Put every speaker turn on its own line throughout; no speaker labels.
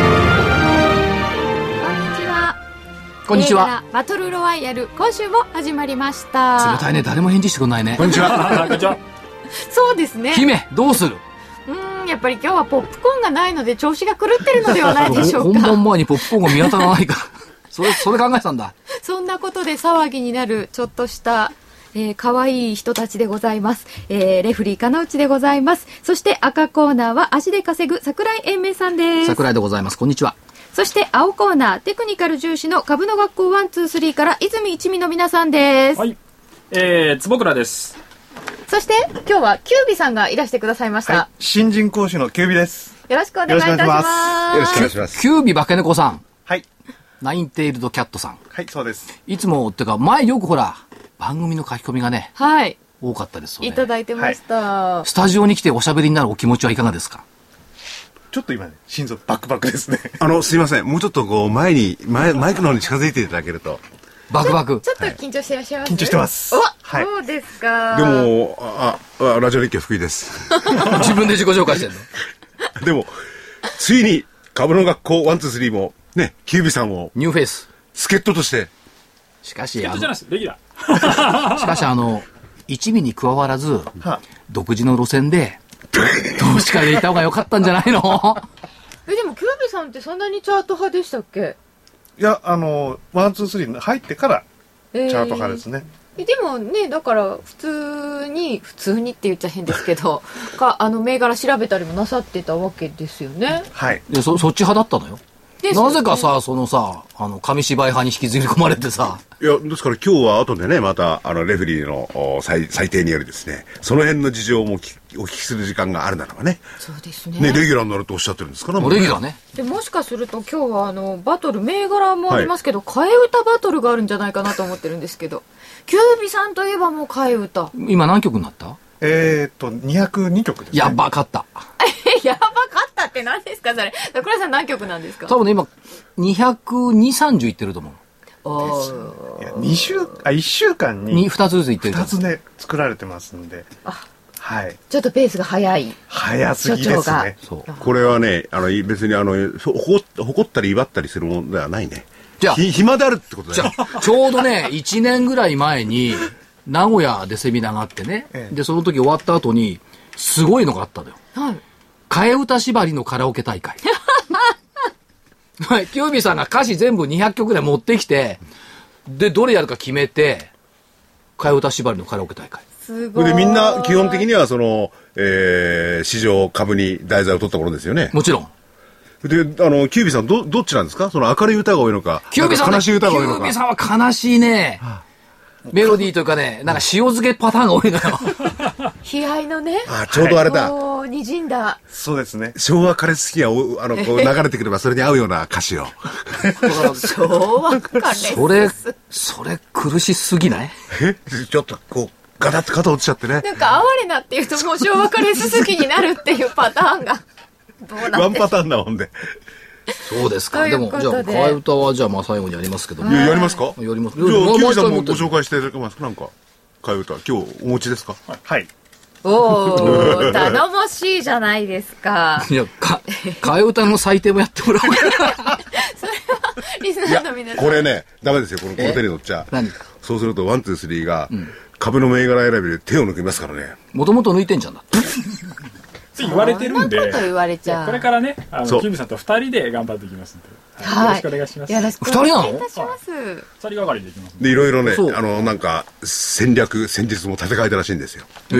こんにちは。
こんにちは。
銘柄バトルロワイヤル、今週も始まりました。
冷たいね誰も返事してくんないね
こんにちは。こんにちは。
そうですね。
姫どうする
うーん、やっぱり今日はポップコーンがないので調子が狂ってるのではないでしょ
本
うか。
番前にポップコーンが見当たらないからそれそれ考えてたんだ
そんなことで騒ぎになる、ちょっとした、えー、可愛い人たちでございます。えー、レフリー金内でございます。そして赤コーナーは足で稼ぐ桜井英明さんです。
桜井でございますこんにちは
そして青コーナー、テクニカル重視の株の学校123から泉一味の皆さんです。
はい。えー、坪倉です。
そして今日はキュービさんがいらしてくださいました。
はい、新人講師のキュービです。
よろしくお願いいたします。
よろしくお願いします。
キュービ化け猫さん
はい。
ナインテールドキャットさん
はい、そうです。
いつもってか前よくほら番組の書き込みがね
はい。
多かったですよね
いただいてました。
スタジオに来ておしゃべりになるお気持ちはいかがですか
ちょっと今ね、心臓バックバックですね。
あの、すいません。もうちょっとこう、前に、前、マイクの方に近づいていただけると。
バクバ ク
ちょっと緊張してらっしゃいます、
緊張してます
お、
はい
そうですか。
で、も、あ、あ、ラジオ日経福井です。
自分で自己紹介してるの
でも、ついに、株の学校123も、ね、キュービさんを、
ニューフェイス
助っ人として、
しかし
えっ
あ
と、
の
じゃないです。レギュラー。
しかしあの一味に加わらず
は
独自の路線で投資家でいた方が良かったんじゃないの
え、でも、キュービさんってそんなにチャート派でしたっけ
いや、あの、ワン、ツー、スリーの入ってから、
チ
チャート派です。ね。
えでもね、だから、普通に、普通にって言っちゃ変ですけど、 か、あの、銘柄調べたりもなさってたわけですよね。
はい。
でそそっち派だったのよ
ですよ
な
ね
ぜかさそのさあの紙芝居派に引きずり込まれてさ
いや、ですから今日は後でね、また、あの、レフェリーのお最最低によりですね、その辺の事情もきお聞きする時間があるならばね、
そうですね。
ね、レギュラーになるとおっしゃってるんですから、もう
レギュラーね
でもしかすると今日はあのバトル銘柄もありますけど、替え歌バトルがあるんじゃないかなと思ってるんですけどキュービさんといえばもう替え歌
今何曲になった
えーっと、202曲ですね。
やばかった
やばかったって何ですかそれ桜井さん何曲なんですか
多分ね今22030いってると思う
おー
いや、2週、あ、1週間
に
に
2つずついってると
2
思う
つね、作られてますんで。はい。
ちょっとペースが早い
早すぎですね。
そう
これはね、あの、い別にあの、そほこ誇ったり威張ったりするものではないね。
じゃあ
ひ暇であるってことだ
じ
よ
ゃ。あ、ちょうどね、1年ぐらい前に、名古屋でセミナーがあってね、
ええ
で、その時終わった後に、すごいのがあったのよ。
はい
替え歌縛りのカラオケ大会。 はい、キュービーさんが歌詞全部200曲ぐらい持ってきて、で、どれやるか決めて、替え歌縛りのカラオケ大会。
すご
そ
い
れでみんな基本的にはその、えー、市場株に題材を取ったものですよね。
もちろん。
で、あの、キュービーさんど、どっちなんですかその明るい歌が多いのか、
キュービーさん
なんか
ね
悲しい歌が多いの
キュービー
か。
さんは悲しいね。メロディーというかね、なんか塩漬けパターンが多いのよ。
悲哀のね
あ、ちょうどあれだ。
もうにじんだ
そうですね。
昭和彼氏好きがお、あの、こう流れてくればそれに合うような歌詞を。
昭和か
それ、それ苦しすぎない
えちょっとこう、ガタッと肩落ちちゃってね。
なんか哀れなっていうともう昭和かレス好きになるっていうパターンがどうな
ワ
ん
ン
で
パターンなもんで。
そうですか。
とい
で
う
も
こ、と
じゃあ、
で
替え歌は、じゃあ、まあ、最後にやりますけども
い。や、やりますか
やります
じゃあ、キ
もう
ュービーさん
もう
も
一回
ご紹介していただけますかなんか、替え歌。今日お持ちですか
はい。
おー頼もしいじゃないですか
いや、か、替え歌の採点もやってもらおうかな
それはリス
い
ナ
や
ーの 皆、さん
これね、ダメですよ、このこの手に乗っちゃ。
何
そうすると、ワン、ツー、スリーが、株の銘柄選びで手を抜きますからね。
もともと抜いてんじゃんだって。
って言われてるんで。
そんなこと言われちゃう
これからね、あの、キ
そう
ュービーさんと二人で頑張っていきますんで。
はい
よろしくお願いします。
よろ
二
しくお願いい
二人なの
たします
人がかりでいきますんで。
で、いろいろね
そう、
あの、なんか、戦略、戦術も立て替えたらしいんですよ。
へえ。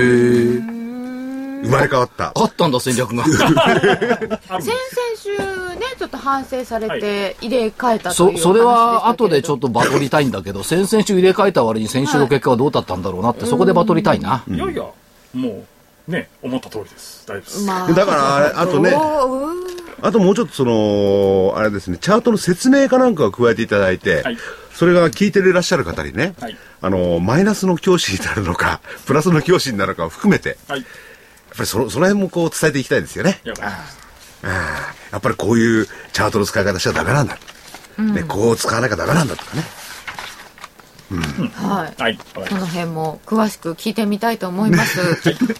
生まれ変わった。
勝ったんだ、戦略が。
先々週ねちょっと反省されて入れ替えたという
そ、それは、後でちょっ
と
とバトりたいんだけど、先々週入れ替えた割に先週の結果はどうだったんだろうなって、そこでバトりたいな。
いやいや、もう、ね、思った通りです。大丈夫です。
ま
だからあれあとね
どううーん
あともうちょっとその、あれですね、チャートの説明かなんかを加えていただいて、
はい
それが聞いていらっしゃる方にね、
はい
あの、マイナスの教師になるのか、プラスの教師になるのかを含めて、
はい。
やっぱりそのその辺もこう伝えていきたいですよね。
了解しまし
やっぱりこういうチャートの使い方しちゃダメなんだ。ね、こう使わなきゃダメなんだとかね。
はい
た。はい。わかり
そ
ま
の辺も詳しく聞いてみたいと思い ます。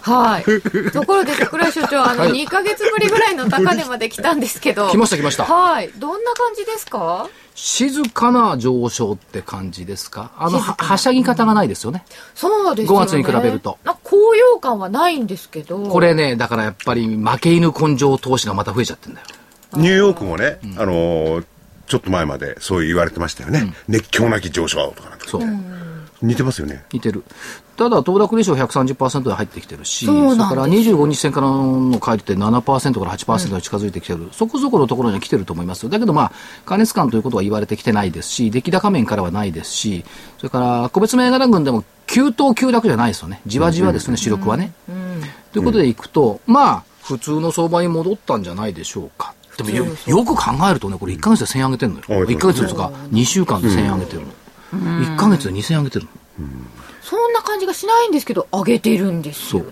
はい。ところで桜井所長、あの、
はい
2ヶ月ぶりぐらいの高値まで来たんですけど。
来ました来ました
はい。どんな感じですか
静かな上昇って感じですかあの、ははしゃぎ方がないですよね。
そうですよね。
5月に比べると
な高揚感はないんですけど。
こ。れね、だからやっぱり負け犬根性投資がまた増えちゃってんだよ。
ニューヨークもね、あのーちょっと前までそう言われてましたよね。熱狂なき上昇とかなんか。
そう。
似てますよね。
似てる。ただ、東濁利子は130%で入ってきてるし、
そうなんですよ
から25日線からの帰って7%から8%に近づいてきてる、そこそこのところには来てると思いますよだけど、まあ、過熱感ということは言われてきてないですし、出来高面からはないですし、それから、個別銘柄群でも急騰急落じゃないですよね。じわじわですね、主力はね。ということでいくと、まあ、普通の相場に戻ったんじゃないでしょうか。でもよよく考えるとね、これ1ヶ月で1000円上げてるのよ。
うん
1ヶ月とか2週間で1000円上げてるの。1ヶ月で2000円上げてるの。
そんな感じがしないんですけど、上げてるんですよ。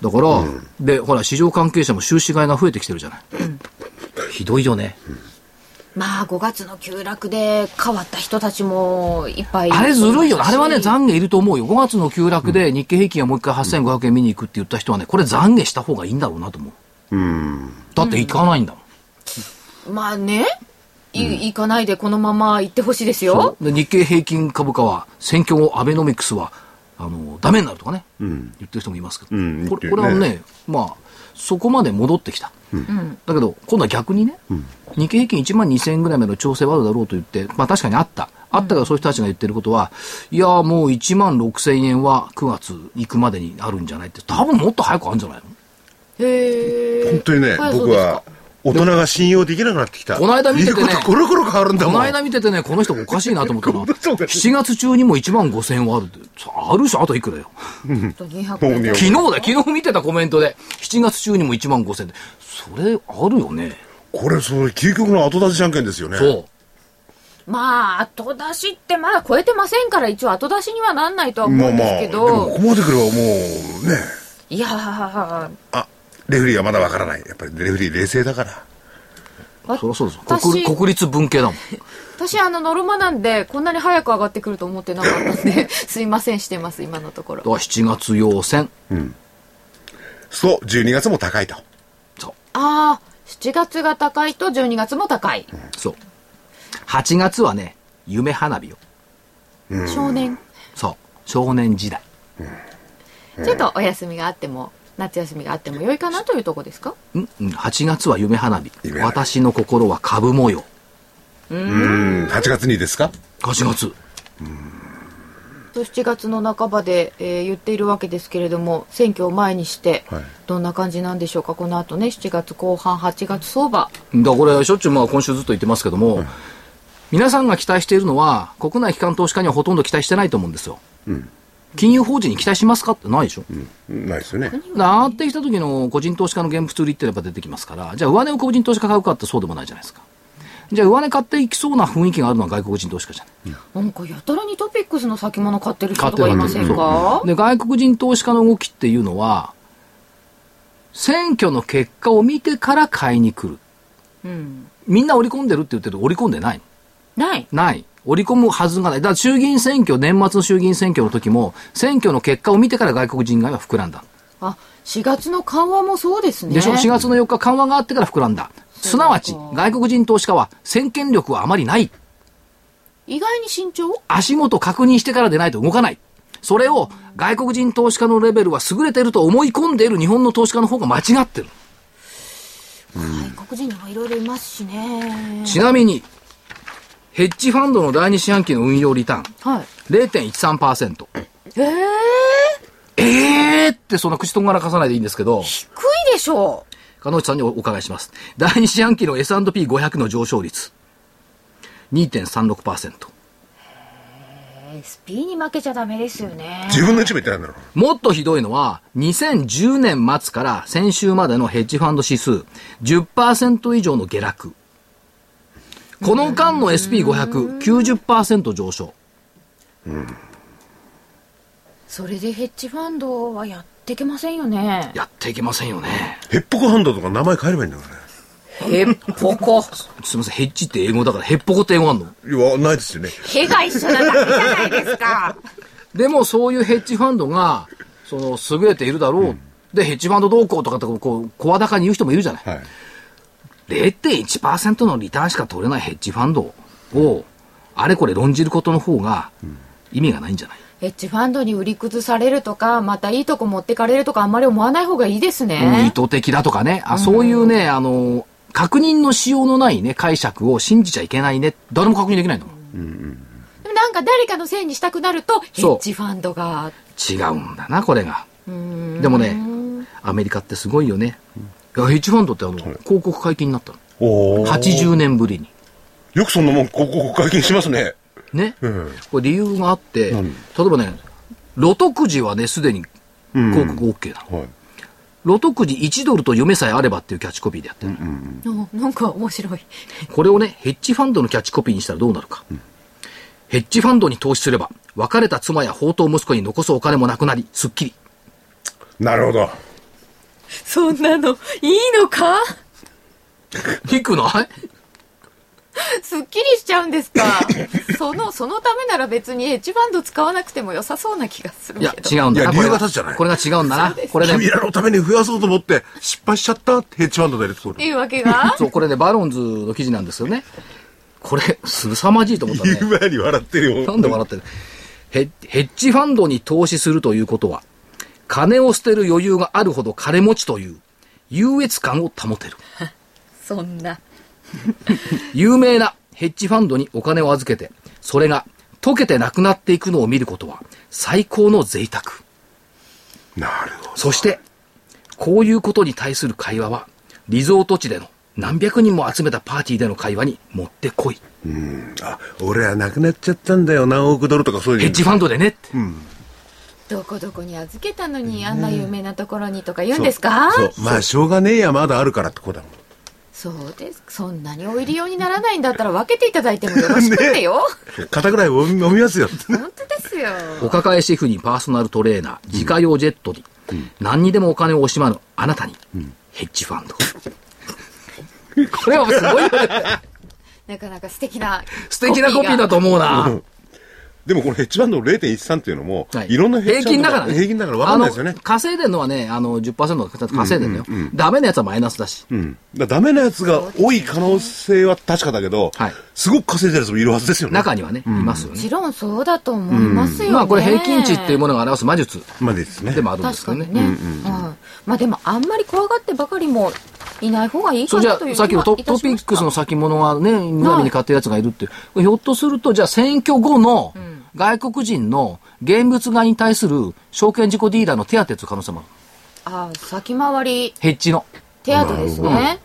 だから、で、ほら、市場関係者も収支買いが増えてきてるじゃない。ひどいよね。
まあ、5月の急落で変わった人たちもいっぱい
あれずるいよね。あれはね、
残
懺悔いると思うよ。5月の急落で日経平均がもう一回8500円見に行くって言った人はね、これ懺悔した方がいいんだろうなと思う。
うん。
だって行かないんだもん。
まあね、い行かないでこのまま行ってほしいですよ。
で日経平均株価は、選挙後アベノミクスは、あの、ダメになるとかね、言ってる人もいますけど、
うん
これ
言ってるね
これはね、まあ、そこまで戻ってきた。だけど、今度は逆にね、日経平均1万2000円ぐらいまでの調整はあるだろうと言って、まあ確かにあった。あったからそういう人たちが言ってることは、いやーもう1万6000円は9月行くまでにあるんじゃないって、多分もっと早くあるんじゃないの
へえ。
本当にね、
はいそう
僕
ですか
は大人が信用できなくなってきた。
この間見ててね
言うことコロコロ変わるんだ
こ
もん。
の間見ててね、この人おかしいなと思ったら、
この人おかし
7月中にも1万5000円はあるって、あるし、あといくらよ。
と200円
昨日だよ、昨日見てたコメントで、7月中にも1万5000円で、それあるよね。
これ、その究極の後出しじゃんけんですよね。
そう。
まあ、後出しってまだ超えてませんから、一応後出しにはなんないとは思
まあ
うん
ま
で
あ、
す
で
け
も
ど、
ここまでくればもうね、
いやー、
あ、レフェリーはまだわからない。やっぱりレフェリー冷静だから。
わ
そりゃそうですよ
私
国国立文系だもん。
私、あの、ノルマなんで、こんなに早く上がってくると思ってなかったんで、 すいませんしてます、今のとこ
だか
ろ。
ら7月要戦。
そう、12月も高いと。
そう。
あー、7月が高いと12月も高い。
そう。8月はね、夢花火よ。
少年。
そう。少年時代。
ちょっとお休みがあっても、夏休みがあっても良いかなというとこですか
んうん。8月は夢花火。
夢花火
私の心は株模様。
うん、8月にですか
8月。
と7月の半ばで、えー言っているわけですけれども選挙を前にして、
はい
どんな感じなんでしょうかこの後ね7月後半8月相
だ
場
からこれ、しょっちゅうまあ今週ずっと言ってますけども、皆さんが期待しているのは、国内機関投資家にはほとんど期待してないと思うんですよ。金融法人に期待しますかってないでしょ。
ないですよね。
だから上がってきた時の個人投資家の現物売りってやっぱ出てきますから、じゃあ上値を個人投資家買うかってそうでもないじゃないですか。じゃあ上値買っていきそうな雰囲気があるのは外国人投資家じゃない。
なんかやたらにトピックスの先物買ってる人とかいませんか
で、外国人投資家の動きっていうのは、選挙の結果を見てから買いに来る。
うん
みんな織り込んでるって言ってるけど織り込んでないの。
ない
ない。織り込むはずがない。だから衆議院選挙、年末の衆議院選挙の時も、選挙の結果を見てから外国人買いは膨らんだ。
あ4月の緩和もそうですね
でしょ ?4 月の4日緩和があってから膨らんだ。すなわち、外国人投資家は先見力はあまりない。
意外に慎重
足元確認してからでないと動かない。それを外国人投資家のレベルは優れていると思い込んでいる日本の投資家の方が間違ってる。
外国人にもいろいろいますしね
ちなみに、ヘッジファンドの第二四半期の運用リターン、
はい
0.13%。
ええー、
えーってそんな口とんがらかさないでいいんですけど。
低いでしょう
鹿野内さんにお伺いします。第二四半期の S&P500 の上昇率、2.36%。
え SP に負けちゃダメですよね。
自分の一部言ってないんだろ。
もっとひどいのは、2010年末から先週までのヘッジファンド指数、10%以上の下落。この間の SP500、90%上昇。
それでヘッジファンドはやってけませんよね。
やっていけませんよね。
ヘッポコハンドとか名前変えればいいんだか
ヘッポコ。
すみません、ヘッジって英語だから、ヘッポコって英語あんの
らね。いや、ないですよね。
ヘが一緒なだけじゃないですか。
でもそういうヘッジファンドが、その、優れているだろう。で、ヘッジファンド動向とかってこう、声高に言う人もいるじゃない。
はい。
0.1%のリターンしか取れないヘッジファンドを、あれこれ論じることの方が、意味がないんじゃない
ヘッジファンドに売り崩されるとか、またいいとこ持ってかれるとか、あんまり思わない方がいいです
うん意
ね。
図的だとかね。あ、そういうね、あの、確認のしようのないね、解釈を信じちゃいけないね。誰も確認できないんだもん。
でもなんか誰かのせいにしたくなると、ヘッジファンドが。
違うんだな、これが。でもね、アメリカってすごいよね。いや、ヘッジファンドってあの、広告解禁になったの。
おお。
80年ぶりに。
よくそんなもん、ここ解禁しますね。
ね。
うん。
これ理由があって、例えばね、ロトくじはね、すでに広告 OK なの。
はい。
ロトくじ1ドルと嫁さえあればっていうキャッチコピーでやってるの、
おなんか 面白い。
これをね、ヘッジファンドのキャッチコピーにしたらどうなるか。ヘッジファンドに投資すれば、別れた妻や宝刀息子に残すお金もなくなり、すっきり。
なるほど。
そんなの、いいのか
いくない
すっきりしちゃうんですか そのそのためなら別にヘッジファンド使わなくても良さそうな気がする
い
けど
や、違うんだな。
いや
これ
理由
が
が立つじゃない
これが違うんだな。これ
君
ね、
らのために増やそうと思って、失敗しちゃったってヘッジファンドでやるってこと
っていうわけ が
そう、これね、バロンズの記事なんですよね。これ、すさまじいと思ったね。
言う前に笑ってるよ。
なんで笑ってるヘヘッジファンドに投資するということは、金を捨てる余裕があるほど金持ちという優越感を保てる。
そんな
有名なヘッジファンドにお金を預けて、それが溶けてなくなっていくのを見ることは最高の贅沢。
なるほど。
そして、こういうことに対する会話は、リゾート地での何百人も集めたパーティーでの会話に持ってこい。
あ、俺はなくなっちゃったんだよ。何億ドルとかそういう。
ヘッジファンドでねって。
どこどこに預けたのにあんな有名なところにとか言うんですか
そう。まあ、しょうがねえや、まだあるからってことだもん。
そうですそんなにお入り用にならないんだったら分けていただいてもよろしくってよ、
肩ぐらいを飲み飲みますよ。
本当ですよ
お抱えシェフにパーソナルトレーナー、自家用ジェットに、何にでもお金を惜しまぬあなたに、ヘッジファンド。 これはすごいよね
なかなか素敵な
素敵なコピーだと思うな。
でもこのヘッジファンドの0.13っていうのも、、
はい
ろんなヘッ
平
ジ
均
ファン
だ
ドが
からね。
平均だから分かんないですよね
あの。稼いでるのはね、あの、10%が稼いでるのよ。ダメなやつはマイナスだし。
うん。だからダメなやつが多い可能性は確かだけど、
はい
すごく稼いでるやつもいるはずですよね。
中にはね、いますよ
も
ね
ち。ろんそうだと思いますよね。
まあこれ平均値っていうものが表す魔術
までですね。
でもあるんで
確
すけ
か
ど
に
ね。
ね。うんまあでもあんまり怖がってばかりもいない方がいい
そ
か
れじゃ
なという
あ、さっきのト
気がい
ト
たし
ピ
ま
ッ
した
クスの先物がね、むやみに買ってるやつがいるっていう。これひょっとすると、じゃあ選挙後の外国人の現物買いに対する証券事故ディーラーの手当てという可能性もある。
ああ、先回り
ヘッジの。
手当ですね。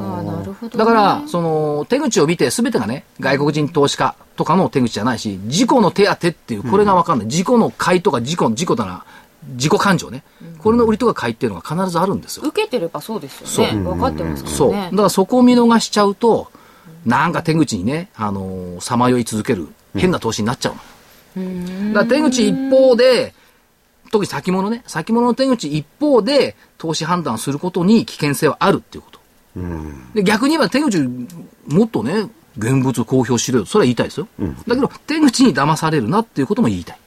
ああ、なるほど
だ
ね。
から、その、手口を見て全てがね、外国人投資家とかの手口じゃないし、事故の手当てっていう、これがわかんない。事故の買いとか事故、事故だな、事故感情ね。これの売りとか買いっていうのが必ずあるんですよ。
受けてればそうですよね。分かってます
そう。
から
だ
ね。
からそこを見逃しちゃうと、なんか手口にね、あのー、さまよい続ける変な投資になっちゃうの。だから手口一方で、特に先物ね、先物の手口一方で投資判断することに危険性はあるっていうこと。で逆に言えば手口もっとね、現物を公表しろよ。それは言いたいですよ。だけど手口に騙されるなっていうことも言いたい。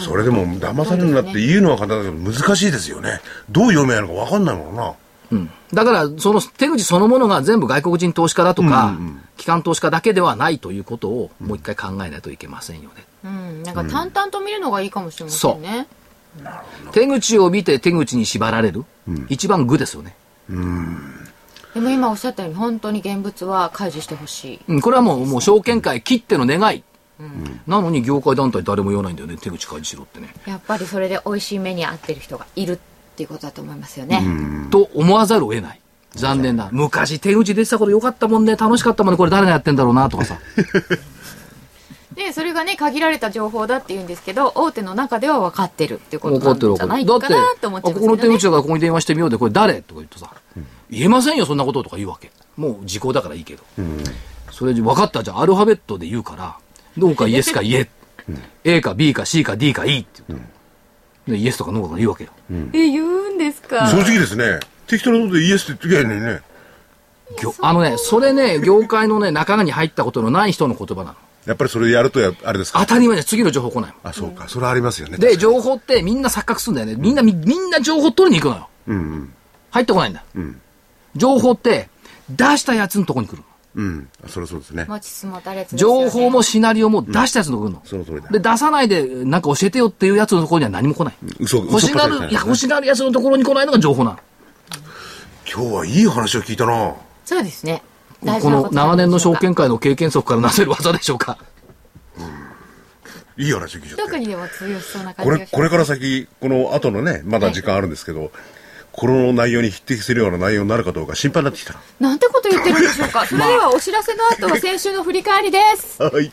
それでも騙されるなって言うのは簡単だけど難しいですよねどう読めやるのか分かんないもんな
うんだから、その手口そのものが全部外国人投資家だとか、機関投資家だけではないということをもう一回考えないといけませんよね。
うん。なんか淡々と見るのがいいかもしれませんね。
手口を見て手口に縛られる、一番愚ですよね。
でも今おっしゃったように本当に現物は開示してほしい。
うんこれはもう、もう証券会切っての願い。なのに業界団体誰も言わないんだよね、手口開示しろってね。
やっぱりそれで美味しい目に合ってる人がいるっていうことだと思いますよね。
と思わざるを得ない。残念な。昔手口出てた頃よかったもんね、楽しかったもんね、これ誰がやってんだろうなとかさ。
でそれがね限られた情報だって言うんですけど大手の中では分かってるっていうこ
分
と
か
な
ってる
んじゃないか
分かってる
なって思っちゃ
あ
い
こ
ま
この
す
手
けど
口
ね
だからここに電話してみようでこれ誰とか言ってさ、言えませんよそんなこととか言うわけもう時効だからいいけど、それで分かったじゃあアルファベットで言うからどうかイエスかイエ、A か B か C か D か E って言うでイエスとかノーとか言うわけよ、
え言うんですか
正直ですね。適当なことでイエスって言ってきゃいいのにね。
ぎょあのねそれね業界のね仲間に入ったことのない人の言葉なの
やっぱりそれやるとや、あれです
当
か。
たり前じゃ次の情報来ないもん
あ、そうか。それはありますよね。
で、情報ってみんな錯覚するんだよね。みんな、みみんな情報取りに行くのよ。
うんうん。
入ってこないんだ。
うん
情報って、出したやつのとこに来るの。
うん。それはそうですね。
持ち進またやつですよね
情報もシナリオも出したやつのとこに来るの。
その通りだ。
で、出さないで、なんか教えてよっていうやつのところには何も来ない。
嘘、嘘
欲しが
っぱ
る、い
りだ
や、
よね
欲しがるやつのところに来ないのが情報な
今日はいい話を聞いたな。
そうですね
の。
大
こ
事な
の
とな
長
んで
年の
しょう
証
か
券会の経験則からなせる技でしょうか。
いい話を聞いちゃっ
特
たよ。
にでも通用しそうな感
こ
じがし
れ、
ます
これから先、この後のね、まだ時間あるんですけど、この内容に匹敵するような内容になるかどうか心配になってきた。
なんてこと言ってるんでしょうかそれではお知らせの後は先週の振り返りです
はい。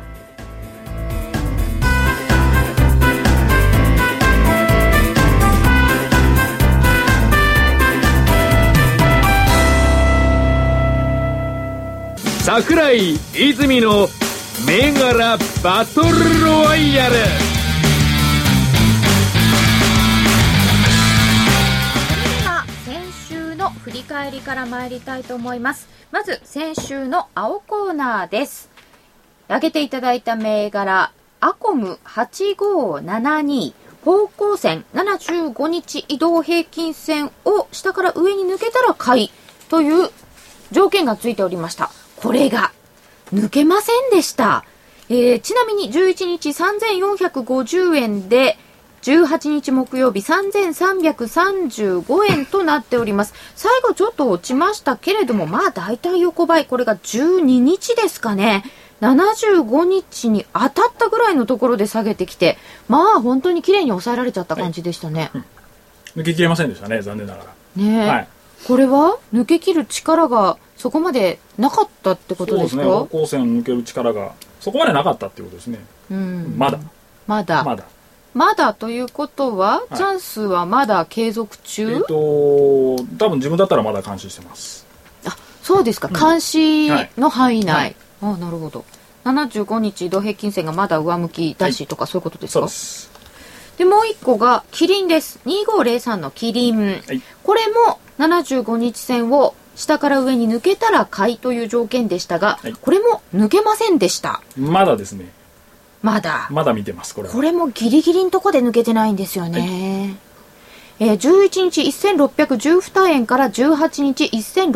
桜井泉の銘柄バトルロワイヤル
では先週の振り返りから参りたいと思いますまず先週の青コーナーです挙げていただいた銘柄アコム8572方向線75日移動平均線を下から上に抜けたら買いという条件がついておりましたこれが抜けませんでした、えーちなみに11日3450円で18日木曜日3335円となっております最後ちょっと落ちましたけれどもまあ大体横ばいこれが12日ですかね75日に当たったぐらいのところで下げてきてまあ本当に綺麗に抑えられちゃった感じでしたね、
抜けきれませんでしたね、残念なが
ねえ、
ら。はい。
これは抜け切る力がそこまでなかったってことですか
ね、方向線を抜ける力が、そこまでなかったっていうことですね。
うん
まだ、
まだ
まだ。
まだということは、
はい
チャンスはまだ継続
えっ、
中、
と、多分自分だったらまだ監視してます。
そうですか、監視の範囲内、
はい
ああなるほど75日移動平均線がまだ上向きだしとか、そういうことです
そう
か
です。
でもう一個がキリンです2503のキリン、
い
これも75日線を下から上に抜けたら買いという条件でしたが、
はい
これも抜けませんでした
まだですね。
まだ
まだ見てます、これは。
これもギリギリのとこで抜けてないんですよね、えー11日1612円から18日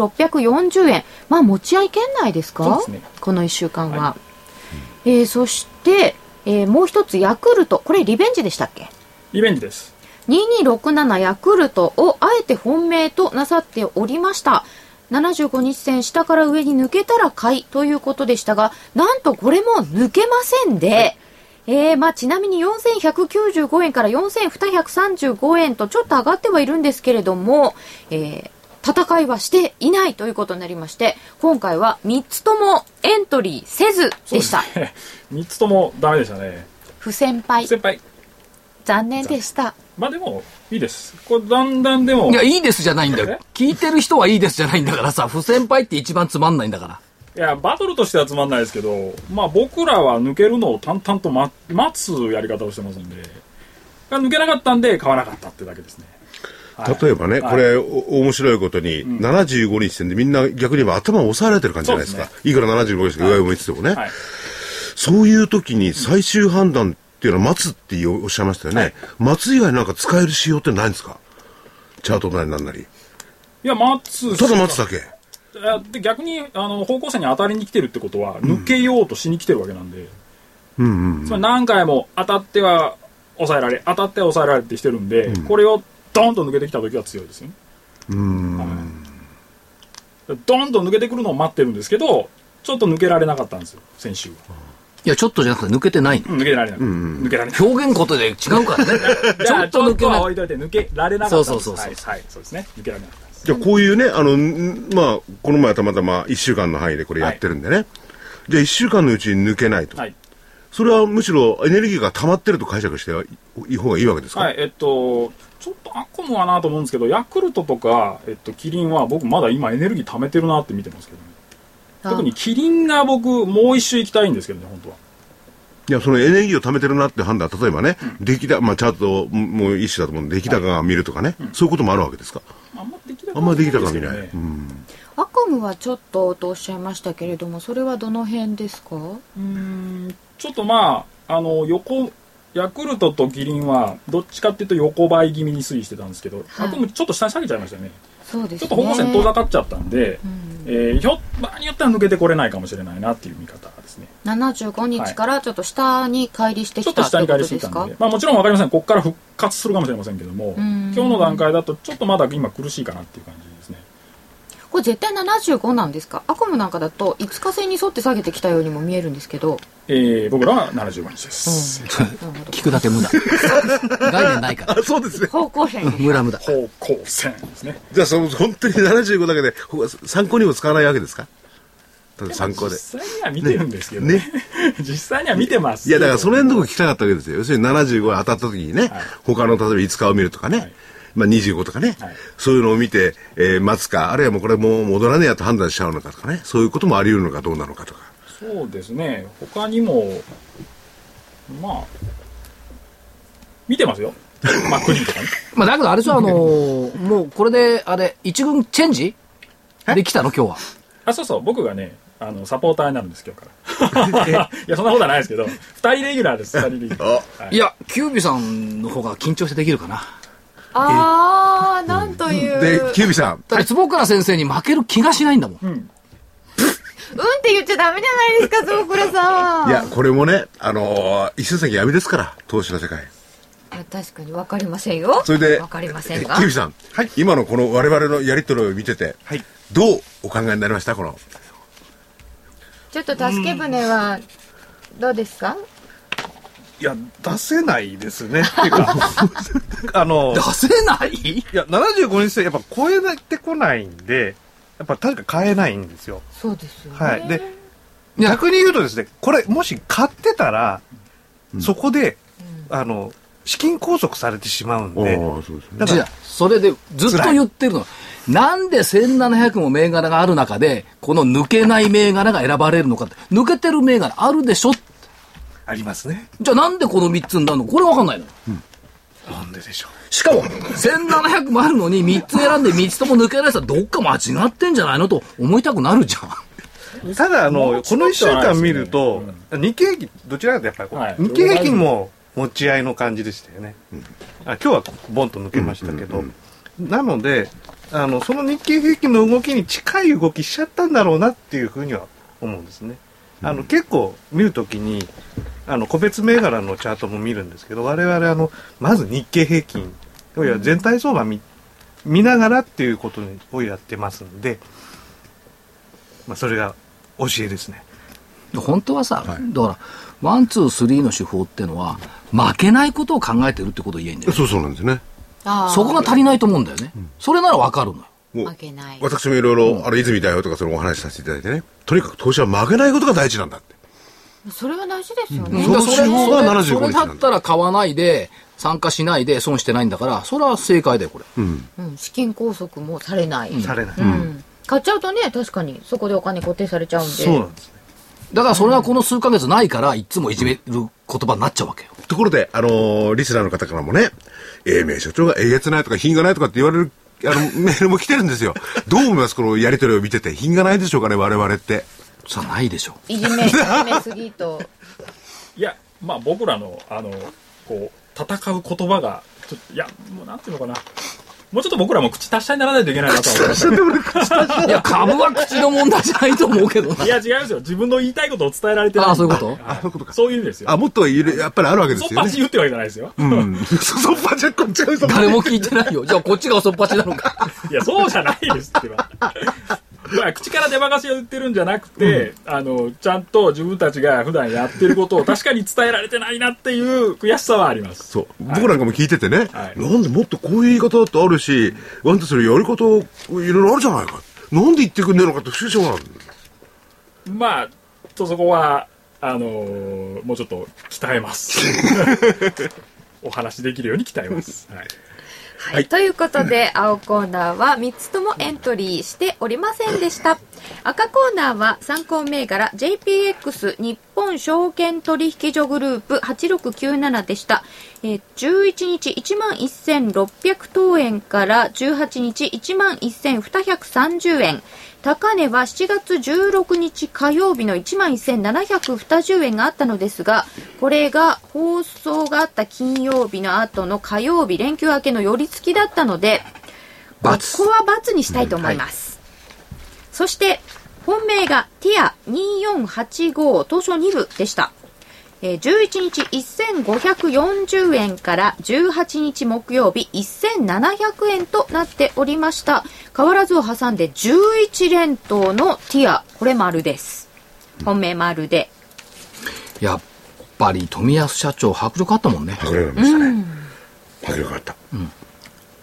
1640円まあ持ち合い圏内ですか
そうですね
この1週間は、えーそして、えーもう一つヤクルトこれリベンジでしたっけ
リベンジです。
2267ヤクルトをあえて本命となさっておりました75日線下から上に抜けたら買いということでしたがなんとこれも抜けませんで、えー、まあちなみに4195円から4235円とちょっと上がってはいるんですけれども、えー、戦いはしていないということになりまして、今回は3つともエントリーせずでした。
3つともダメでしたね。
不先輩、
先輩。
残念でした。
まあでも、いいです。これだんだんでも、
い
い
や、
や、
いいですじゃないんだよ
え。
聞いてる人はいいですじゃないんだからさ、不先輩って一番つまんないんだから。
バトルとしてはつまんないですけど、まあ僕らは抜けるのを淡々とま待つやり方をしてますんで、抜けなかったんで買わなかったってだけですね。はい
例えばね、
はい
これ、お面白いことに、75日線でみんな逆に言えば頭を押さえられてる感じじゃないですか。
そう
いくら75日しか上を向いててもね、
はい。
そういう時に最終判断っていうのは待つっておっしゃいましたよね。待つ以外なんか使える仕様ってないんですかチャートなりなんなり。
いや、待つ。
ただ待つだけ。
あで逆にあの方向性に当たりに来てるってことは、抜けようとしに来てるわけなんで、
うんうんうん。
つまり何回も当たっては抑えられ当たっては抑えられてしてるんで、これをドーンと抜けてきた時は強いですよねうんドーンと抜けてくるのを待ってるんですけどちょっと抜けられなかったんですよ先週は、
いや、ちょっとじゃなくて抜けてないの。
うん抜けられなかった、抜けられなかっ
表現ことで違うからね。
た
ち
じ
ょ
ゃ
っ
あ
と抜け
ちょっとは
な
置
い。
いといて抜けられなかったん
そ
です
うそうそうそ
はい、はい、そうですね抜けられなかったです
じゃあこういうね、あの、んまあ、この前はたまたま1週間の範囲でこれやってるんでね。じゃあ1週間のうちに抜けないと。
はい
それはむしろエネルギーが溜まってると解釈していい方がいいわけですか、
はい、えっと、ちょっとアコムはなと思うんですけど、ヤクルトとか、えっと、キリンは僕まだ今エネルギー貯めてるなって見てますけど、ね、
あ
特にキリンが僕もう一周行きたいんですけどね、本当は。
いや、そのエネルギーを貯めてるなって判断、例えばね、出来高、まあ、チャートもう一種だと思うんで、出来高が見るとかね、そういうこともあるわけですか。
あんまできた
あんまり出来高が見ない。
です
う
けどね
ん。
アコムはちょっととおっしゃいましたけれども、それはどの辺ですか
うーん、ちょっとまあ、あの、横、ヤクルトとキリンはどっちかっていうと横ばい気味に推移してたんですけど、
はい
アコムちょっと下に下げちゃいましたよね。
そうですね。
ちょっと方向性遠ざかっちゃったんで、
うん
えー、ひょっ場合によっては抜けてこれないかもしれないなっていう見方ですね。
75日からちょっと下に乖離して
ちょっ
き
と
たって
下
こ
に帰
と
り
です
ぎた
か
んで、まあ、もちろん分かりません、ここから復活するかもしれませんけども、
ん
今日の段階だと、ちょっとまだ今、苦しいかなっていう感じですね。
これ絶対75なんですかアコムなんかだと5日線に沿って下げてきたようにも見えるんですけど、
えー、僕らは75日です。
なるほ
聞くだけ 無駄。概念ないから。
あ、そうですね。
ど方向線
無駄無駄。
方向線ですね。
じゃあ、その、本当に75だけで、ほか参考にも使わないわけですかただ参考で。
実際には見てるんですけどね。
ね
実際には見てますけ
いや、
ど。
だからその辺のとこ聞きたかったわけですよ。要するに75が当たった時にね、他の例えば5日を見るとかね、
い
まあ25とかね、
はい
そういうのを見て、えー待つか、あるいはもうこれもう戻らねえやと判断しちゃうのかとかね、そういうこともあり得るのかどうなのかとか。
そうですね、他にも、まあ、見てます よ。まあ、クリンとかね。
まあ、だけどあれさ、あのーもうこれで、あれ、一軍チェンジできたの今日は。
あ、そうそう、僕がね、あの、サポーターになるんです、今日 から。いや、そんなことはないですけど、二人レギュラーです、二人レギュラー。
あ
いや、キュービさんの方が緊張してできるかな。
あー、なんという。
で、キュービさん、
だって坪倉先生に負ける気がしないんだもん。
うんって言っちゃダメじゃないですか、坪倉さん。
いや、これもね、あのー、一寸先闇ですから、投資の世界。
いや確かに分かりませんよ
それで、
分かりません
え
が
キビさん、今のこの我々のやりとりを見てて、どうお考えになりましたこの。
ちょっと助け舟は、どうですか
いや、出せないですね。っていう か、あの、
出せない
いや、75日線やっぱ超えてこないんで、やっぱ確か買えないんですよ。
そうですよね、
はい。で、
いや
逆に言うとですね、これ、もし買ってたら、そこで、あの、資金拘束されてしまうんで、
あ、そうですね。
だか
じゃあ
ら、、
それでずっと
辛い
言ってるの。なんで1700も銘柄がある中で、この抜けない銘柄が選ばれるのかって。抜けてる銘柄あるでしょ
ありますね。
じゃあなんでこの3つになるのこれわかんないの。
なんででしょ
しかも、1700もあるのに3つ選んで3つとも抜けられたらどっか間違ってんじゃないのと思いたくなるじゃん。
う。ただ、あ
も
の、
うち
こ
ょっと
の1週
は
間
ないですね
見ると、日経平均、どちらかというとやっぱ
は
り
い
こう、日経平均も持ち合いの感じでしたよね。あ今日はボンと抜けましたけど、なので、あの、その日経平均の動きに近い動きしちゃったんだろうなっていうふうには思うんですね。あの、結構見るときに、あの、個別銘柄のチャートも見るんですけど、我々、あの、まず日経平均、要は全体相場見、見ながらっていうことをやってますんで、まあ、それが教えですね。
本当はさ、だからワンツースリーの手法ってのは負けないことを考えてるってことを言えんだよ
そうそうなんですね。
あー
そこが足りないと思うんだよね、それならわかるのよ
も
負けない
私もいろいろ、あれ、泉だよとか、そのお話しさせていただいてね。とにかく投資は負けないことが大事なんだって。
それは大事ですよ
う
ね
んその手法が75日
それだったら買わないで参加しないで損してないんだからそれは正解だよこれ
うん。
うん資金拘束もされない、
されない、
うん買っちゃうとね確かにそこでお金固定されちゃうんで
そうなんですね
だからそれはこの数ヶ月ないからいつもいじめる言葉になっちゃうわけよ
ところで、あのーリスナーの方からもね、英明所長がえげつないとか品がないとかって言われる、あの、 メールも来てるんですよ。どう思いますこのやりとりを見てて。品がないでしょうかね、我々って。
さあないでしょ
いじめいじめすぎと
いや、まあ僕らの、あの、こう、戦う言葉が、ちょっといや、もうなんていうのかな。もうちょっと僕らも口達者にならないといけないなとは思いま した。
いや株は口の問題じゃないと思うけどない
や、違いますよ。自分の言いたいことを伝えられてない。
ああそういうこと
あ、そういうことか。
そういう意味ですよ。
あ、もっといる、やっぱりあるわけで
そっ
すよ
ぱ
ね
ち。言うってわけじゃないですよ。
うん。そ、そっぱちはこっちは嘘
誰も聞いてないよじゃあこっちが遅っぱちなのか
いや、そうじゃないですってば。 まあ、口から出ばかしを言ってるんじゃなくて、あの、ちゃんと自分たちが普段やってることを確かに伝えられてないなっていう悔しさはあります。
そう。僕なんかも聞いててね、
はい
なんでもっとこういう言い方だってあるし、ワンとするやり方、いろいろあるじゃないか。なんで言ってくんねえのかって不思議しょうがない。
まあ、ちょそこは、あのーもうちょっと鍛えます。お話しできるように鍛えます。はい。
はい、ということで青コーナーは3つともエントリーしておりませんでした赤コーナーは参考銘柄 JPX 日本証券取引所グループ8697でした、えー11日1万1600等円から18日1万1230円高値は7月16日火曜日の1万1720円があったのですがこれが放送があった金曜日の後の火曜日連休明けの寄り付きだったのでこ
罰
こは×にしたいと思います、そして本命がティア2485東証2部でしたえー11日1540円から18日木曜日1700円となっておりました変わらずを挟んで11連投のティアこれ丸です本命丸で
やっぱり富安社長迫力あったもんね
パクれられましたね。パクれかった。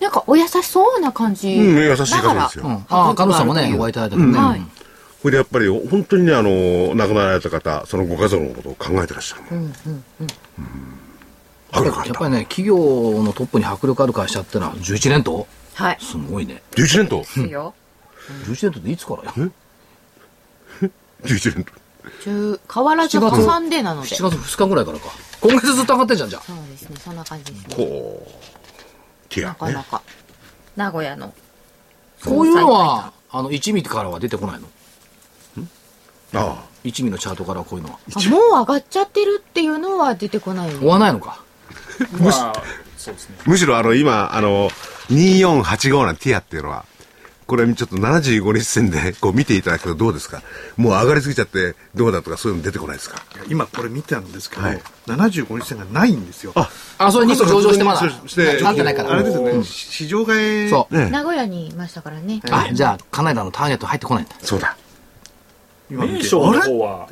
なんかお優しそうな感じ、
うん、優しい方です
う
よ。
ん、ああ、彼女さんもね、お会いいただいたもんね。
はい
これでやっぱり本当にね、あの、亡くなられた方、そのご家族のことを考えてらっしゃるね。うん、うん、うん。迫力あっ
やったぱ。りね、企業のトップに迫力ある会社ってのは11連投
はい
すごいね。
11年と
ですよ
11連投っていつからよ
?11 年と。
10変わらず挟んでなので
?7
そう
月2日ぐらいからか。今月ずっと上がってんじゃん、じゃあ。
ですねそんな感じですね
こう、ティ
な
ア
か
ね。
なか名古屋の
こういうのは、あの、一味からは出てこないの
ああ。
一味のチャートからはこういうのは。
あもう上がっちゃってるっていうのは出てこないよね
追わないのか。
まあ、そうですね。
むしろあの、今、あの、2485なんティアっていうのは、これちょっと75日線でこう見ていただくとどうですかもう上がりすぎちゃってどうだとかそういうの出てこないですか
今これ見てたんですけど、
はい
75日線がないんですよあ
あ、それ2個上場してまだ。
して
なってないから。
あれですよねし市場替え
そう。
ね
名古屋にいましたからね。
あ、じゃあ、カナダのターゲット入ってこないんだ。
そうだ。
今見
名
て
称の
あれ
方は、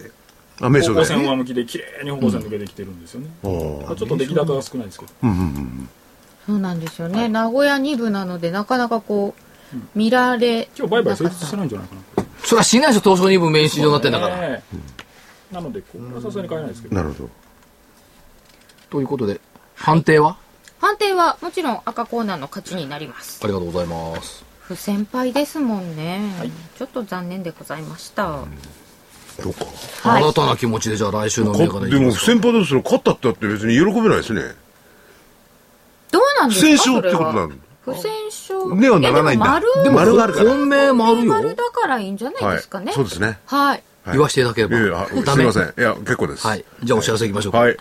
あ、名
方
称
向
だ
線
よね。
上向きで綺麗に方向線抜けてきてるんですよね。
お
まあ
ー
ちょっと出来高が少ないですけど。
うんうんうん。
そうなんですよね。名古屋2部なので、なかなかこう、見られ
今日売買成立して
た。
ないんじゃないかな。
それはしないでしょ、東証2分メイン市場になってんだから。
ねえなので、これはさすがに買えないですけど。
なるほど。
ということで、判定は
判定はもちろん赤コーナーの勝ちになります
あ。りがとうございます。
不先輩ですもんね。
い
ちょっと残念でございました。
どうか。
はい
新たな気持ちで、じゃあ来週の銘
か
柄い
で
き
も、
ます
不
か
先輩ですそれ勝ったってだって別に喜べないですね。
どうなん
不
です
戦
か
勝
そ
って
れ
こと
は
なの
不戦勝。
ねはならないん
や
だ。
でも丸、
でも丸があるから。
本命もあるよ
丸。だからいいんじゃないですかね。
そうですね。
はい。
はい
言わせていただけれ
いやい
ば
や。すみません。いや、結構です。
はい。じゃあお知らせいきましょうか。
はい。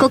こ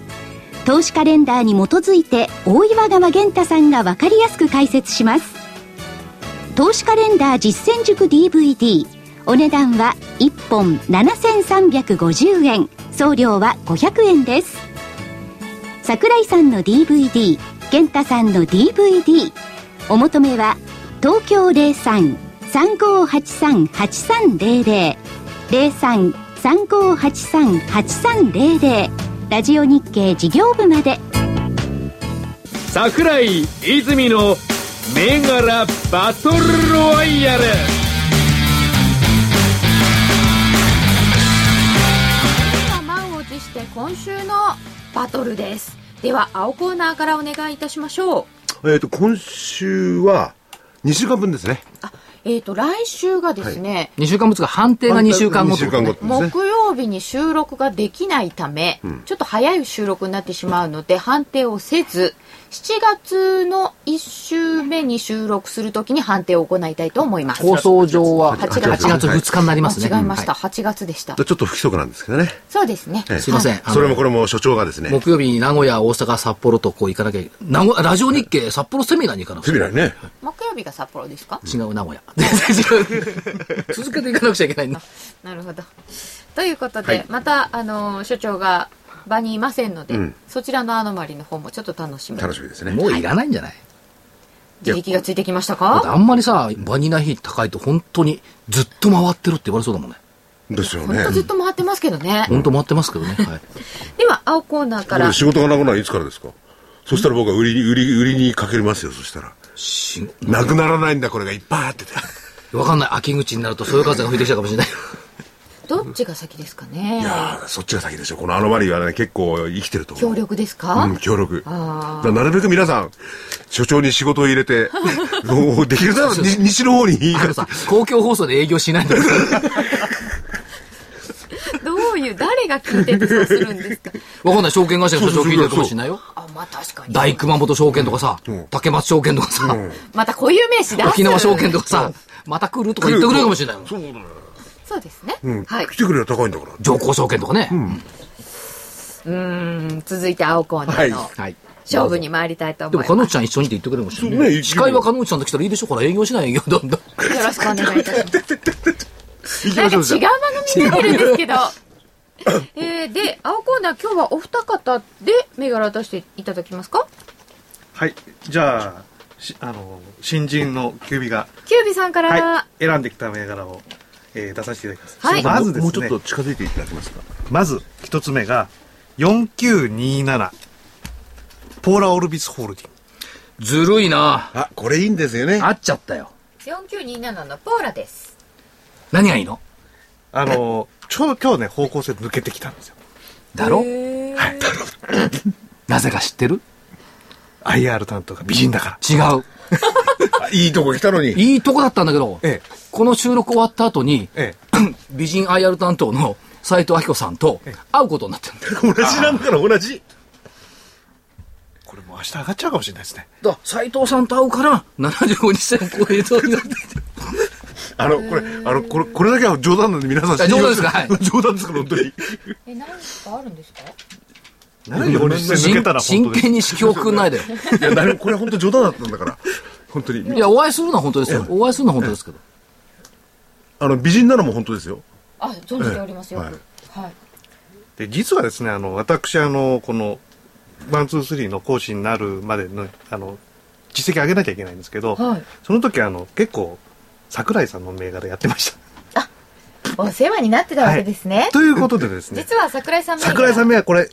投資カレンダーに基づいて大岩川源太さんが分かりやすく解説します投資カレンダー実践塾 DVD お値段は1本7350円送料は500円です桜井さんの DVD 健太さんの DVD お求めは東京03-3583-8300 03-3583-8300ラジオ日経事業部まで
桜井泉の銘柄バトルロワイヤル
さあ満を持して今週のバトルですでは青コーナーからお願いいたしましょう
えっ、と、今週は、2週間分ですね。
あえっ、と来週がですね、
2週間もつか判定が2週間後
2週間後ってことですね。
木曜日に収録ができないため、ちょっと早い収録になってしまうので判定をせず7月の1週目に収録するときに判定を行いたいと思います
放送上は8
8
月
月
2日になりますね。
間違えました、
は
8月でした
ちょっと不規則なんですけどね。
そうですね、
ええ
すいません
はそれもこれも所長がですね
い。木曜日に名古屋、大阪、札幌とこう行かなきゃいけ名古ラジオ日経札幌セミナーに行かなくち
セ
ゃ
ミナーにね。
木曜日が札幌ですか、
違う名 古屋。全然違う。続けていかなくちゃいけないんだ。
なるほどということで、
はい
またあの所長が場にいませんので、
うん
そちらのアノマリの方もちょっと楽しみに
楽しみですね。
もういらないんじゃない
自力がついてきました
だって
か
あんまりさ、バニラヒー高いと本当にずっと回ってるって言われそうだもんね。
ですよ
本
ね
当。ずっと回ってますけどね、
本当回ってますけどね。はい。
では青コーナーか
こ
ら
れ仕事がなくなるのはいつからですかそしたら僕は売りに、売り、売りにかけますよ、そしたら。
し
なくならないんだ、これがいっぱいあってて。
わかんない。秋口になるとそういう風が吹いてきたかもしれない。
どっちが先ですか
い
ね
やー、そっちが先でしょ。このアノマリーはね、結構生きてると思う。
協力ですか、
うん、協力。
あ
なるべく皆さん、所長に仕事を入 れて、もうできるならに西の方に行
あ
か
のさ、公共放送で営業しないんだから。
どういう誰が聞いててそうするんですか
わかんない。証券会社の社長聞いてるかもしれないよ。
あまあ確かに
大熊本証券とかさ、竹松証券とかさ、
また固有名詞だ
沖縄証券とかさ、また来るとか言ってくれるかもしれないもん。
そうだよ。
そうですね、
うん。
はい
来てくれよ、高いんだから。
上皇証券とかね。
うーん続いて青コーナーの
はい。
勝負に参りたいと
で
思
も、
い
かの
ま
う
す、
ちゃん一緒にって言ってくれるかもしれ
そ
な
う
い
ね
ね。司会はかのうちさんと来たらいいでしょほら、営業しない営業だんだん。
よろしくお願いいたします
行き
なんか違
ましょ
う
う、じゃあ。
番組に出てるんですけど。 えー、で、青コーナー、今日はお二方で銘柄を出していただきますか
はい。じゃあ、しあの、新人のキュービが、
キュービさんから、
はい。選んできた銘柄を、えー出させていただきます。
はい
まずですね、
もうちょっと近づいていただけますか。
まず一つ目が4927ポーラオルビスホールディング
ずるいな
あ、これいいんですよね。
会っちゃったよ。
4927のポーラです。
何がいいの
あのちょうど今日ね方向性抜けてきたんですよ
だろなぜか知ってる
IR 担当が美人だから
違う。
あいいとこ来たのに。
いいとこだったんだけど、
え
この収録終わった後に、
ええ
美人 IR 担当の斉藤明子さんと会うことになってるんだよ。
同じなんだから同じ。
えこれもう明日上がっちゃうかもしれないですね
だ斉藤さんと会うから、75日線を超えそうになってて。
あの、これ、あの、これ、これだけは冗談なんで皆さん
あ冗談ですかはい
冗談ですから、本当に。
え、何かあるんですか
何4日線抜けたら本当
真
で
剣に指揮をくんないでよ。
いや、誰も、これは本当冗談だったんだから。本当
い
に。
や、お会いするのは本当ですよ。お会いするのは本当ですけど。
あの、美人なのも本当ですよ。
あ、存じておりますよ。
ええ
はい。
で実はですねあの私あのこのワンツースリーの講師になるまでのあの実績上げなきゃいけないんですけど、
はい
その時あの結構桜井さんの銘柄やってました
お世話になってたわけですね。
ということでですね
実は桜井さん銘柄
桜井さん目はこれ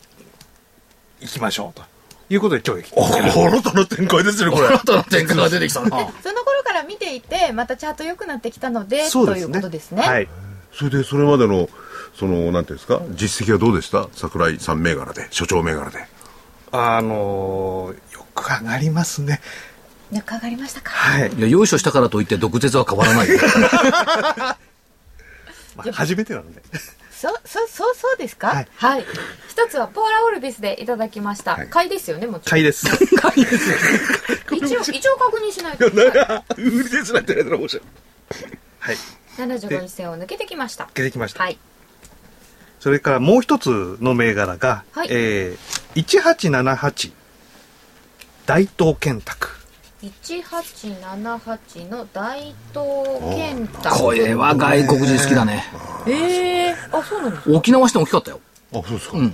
行きましょうということで今日行き
あ、新たな展開ですね、これ。
新たな展開が出てきたな。
その頃から見ていてまたチャート良くなってきたので
そう
と
で
い
す
う
ね
ことですね。
はい。
それでそれまでのそのなんていうんですか実績はどうでした桜井さん銘柄で所長銘柄で
あのーよく上がりますね。
よく上がりましたか。
はい。
いや、よいしょしたからといって毒舌は変わらないよ。
まあ初めてなので。
そそそうそうですか。は
はいい。
一つはポーラオルビスでいただきました。
はい
買いですよねもちろん。
買 いです。
一応一応確認しないと。はい
売りですなんて言われたら面白い
はい。
75日線を抜けてきました。
出てきました。
はい。
それからもう一つの銘柄が、
はい
えー、1878大東建託。
1878の大東健太。
これは外国人好きだね。
ええあそうなんです。
沖縄しても大きかったよ。
あそうですか、
うん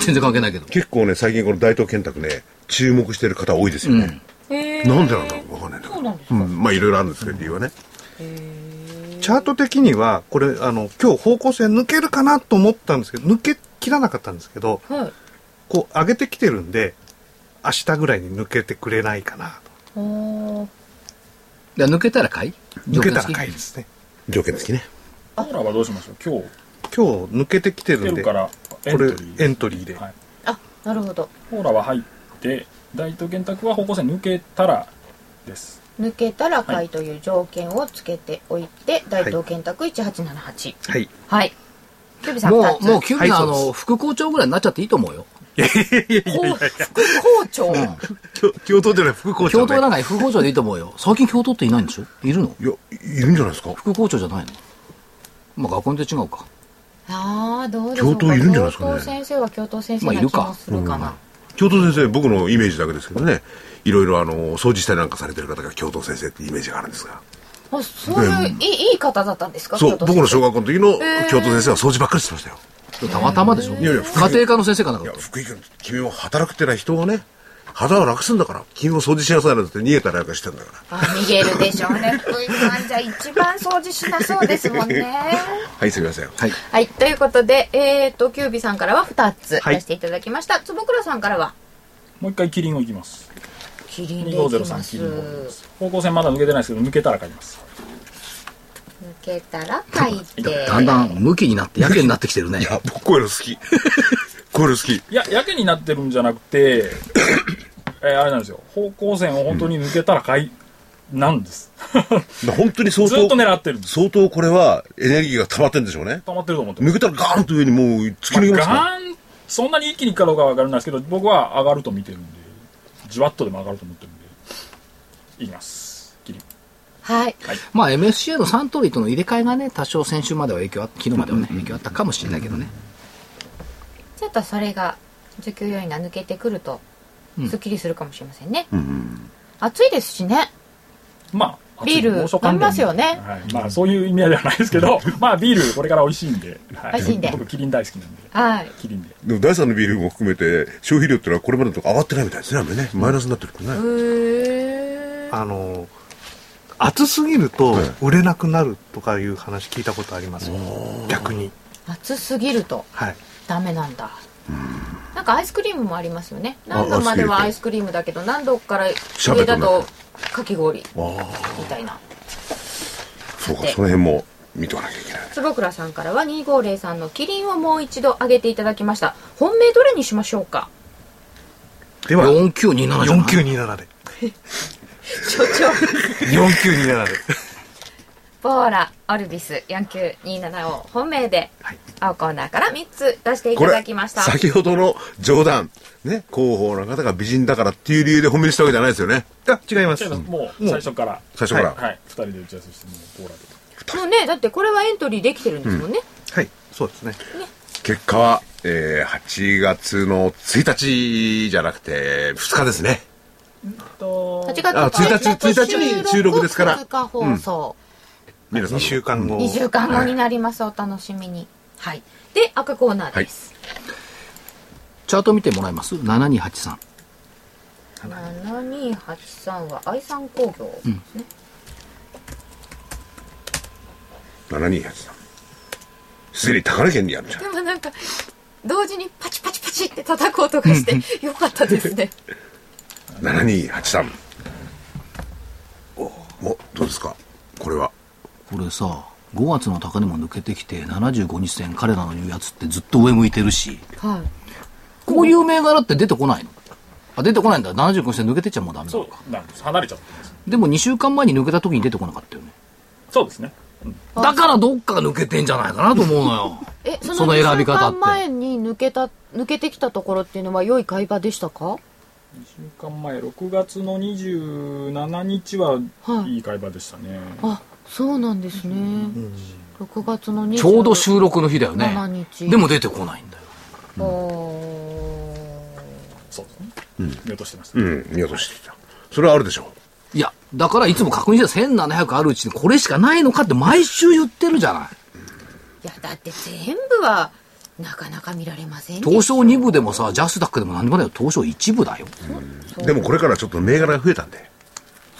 全然関係ないけど。
結構ね最近この大東建託ね注目してる方多いですよね、
ええ
なんでなんだろうわかんないんだけ
そう
ど
なんです
う
か。
んまあいろいろあるんですけど理由はね
チャート的には、これ、あの、今日方向性抜けるかなと思ったんですけど、抜けきらなかったんですけど、
はい。
こう上げてきてるんで、明日ぐらいに抜けてくれないかな
おー
いや抜けたら買い
と。抜けたら
買
買
い
いですね。
条件付きね
ポーラはどうしましょう今日
今日抜けてきて
来て
るんで、
るからエント
これ
リ
エ
ー
ントリーで。
はい
あなるほど。
ポーラは入って大東建託は方向性抜けたらです
抜けたら買いという条件をつけておいて、大東建託1878。
はい。
はい。キュビさん
もう、もう、
2つ。
キュビーのあ
はいそう
の、
で
副校長ぐらいになっちゃっていいと思うよ。
こう副校長。
共闘じゃない、副校
教頭いらない、副校長でいいと思うよ。最近教頭っていないんでしょいるの
いやいるんじゃないですか
副校長じゃないのまあ、学校によって違うか。
ああ、どうでしょうか。
教頭いるんじゃないですかね
教頭先生は教頭先生
まあい
な
る
気
か
もするかな。
教頭先生僕のイメージだけですけどねいろいろあの掃除したりなんかされてる方が教頭先生ってイメージがあるんですが
あ、そういう、
うん
いい、いい方だったんですか
そう
教頭
僕
先
の
生
小学校の時の教頭先生は掃除ばっかりしてましたよ
たまたまでしょ
いやいや
家庭科の先生かなん
い
か
や
だと
福井君君は働くってのは人をね肌を楽すんだから君も掃除しなさいなんて逃げたりなんかしてんだから
あ、逃げるでしょうね。福井さんじゃ一番掃除しなそうですもんね。
はいすみませんはい
はい、ということで、えーっと、キュービさんからは2つ
はい
出していただきました。坪倉さんからは、
もう一回キリンをいきます
キリンでいきま
2503
す。
キリンをいきま
抜
す方向性まだ抜けてないですけど抜けたら買います
けたら書いて。
だんだん、向きになって、やけになってきてるね。
いや僕こういうの好き こういうの好き
いややけになってるんじゃなくてえーあれなんですよ方向線を本当に抜けたら買いなんです
本当に相
ずっと
当
狙ってるんです
相当これはエネルギーが溜まってんでしょうね
溜まってると思ってます
抜けたらガーンと上にもう突き抜けますから
ガーンそんなに一気にいくかどうかは分からないですけど僕は上がると見てるんでじわっとでも上がると思ってるんでいきますキリン
はい。
まあ、MSCA のサントリーとの入れ替えがね、多少先週までは影響あ、昨日まではね、影響あったかもしれないけどね。
ちょっとそれが、受給要員が抜けてくると、
うん
すっきりするかもしれませんね。
うん
暑いですしね。
まあ
ビール
暑い猛暑関連
飲みますよね
はい、まあそういう意味合いではないですけ どまあビールこれから美味しいんで、は
美味しいんで
僕キリン大好きなんで
はい。
キリンで
でも第三のビールも含めて消費量ってのはこれまでのとこ上がってないみたいですねあんまりねマイナスになってるからね、
へー
あの、暑すぎると売れなくなるとかいう話聞いたことありますよ。逆に。
暑すぎると
はい。
ダメなんだ。なんかアイスクリームもありますよね。何度
あ
まではア
ア
イ
イ
スクリームだけど、何度から
シャーベ
上
ット
だ
になる
とかき氷みたいな。
そうか
で
その辺も見とかなきゃいけない
坪倉さんからは2503のキリンをもう一度上げていただきました。本命どれにしましょう か
では、
4927じゃない
4927で。
所長。
4927で。
ポーラ、オルビス、4927を本命で、青コーナーから3つ出してい
こ
た
れ
だきました。
先ほどの冗談ね広報の方が美人だからっていう理由で褒めにしたわけじゃないですよね
あ、違います。
じゃあ
も
もう最初から
最初から、
はい2人で打ち合わせしてもうポーラで
もうね、だってこれはエントリーできてるんですもんね。
はい、そうですね。
結果は、えー、8月の1日じゃなくて2日ですね
と
8
あ
月
1日1日に収録ですから
2日放送、
皆さん
2週間後。
2週間後になります、お楽しみにはいで赤コーナーです、
チャート見てもらいます ?7283。
7283は愛産工業ですね、
728さんすでに高値県にあるじゃん
でもなんか同時にパチパチパチって叩く 音がしてよかったですね
7283おどうですかこれは
これさ5月の高値も抜けてきて75日線彼らの言うやつってずっと上向いてるし
はい。
こういう銘柄って出てこないのあ出てこないんだ75日線抜けてっちゃもうダメだ
そうなんです離れちゃってます
でも2週間前に抜けた時に出てこなかったよね
そうですね
だからどっかが抜けてんじゃないかなと思うのよ
え、そ
その
の
選
選
び
び
方って
方前に抜けた、抜けてきたところっていうのは良い買い場でしたか
2週間前6月の27日は
はい
いい会話でしたね、
あ、そうなんですね。6月の27日。
ちょうど収録の日だよ
7
ね
日。
でも出てこないんだよ
お
そうですね、見落としてました、
うん見落としていたそれはあるでしょ
いやだからいつも確認して1700あるうちにこれしかないのかって毎週言ってるじゃない
ー。いや、だって全部は、なかなか見られませんね。
東証2部でもさジャスダックでも何でもないよ東証1部だよ
うでもこれからちょっと銘柄が増えたんで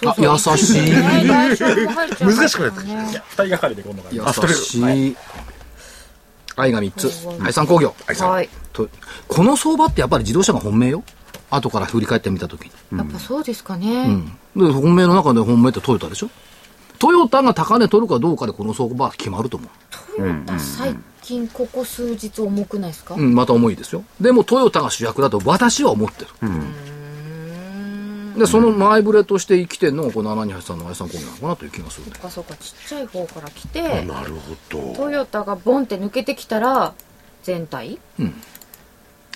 あ優しい
ね外食も入っちゃいます
難しくなって
ら
き
ね
いや2人がかりで今度から
優しい愛が3つ愛産工業
愛さん、
はい。
とこの相場ってやっぱり自動車が本命よ後から振り返ってみた時に、
やっぱそうですか
う
ね。
ん、で本命の中で本命ってトヨタでしょトヨタが高値取るかどうかでこの相場は決まると思
最近ここ数日重くないですか
う、うん、また重いですよでもトヨタが主役だと私は思ってる、でその前触れとして生きてるのがこの728さんの愛産工業なのかなという気がするね
そうかそうかちっちゃい方から来て
なるほど
トヨタがボンって抜けてきたら全体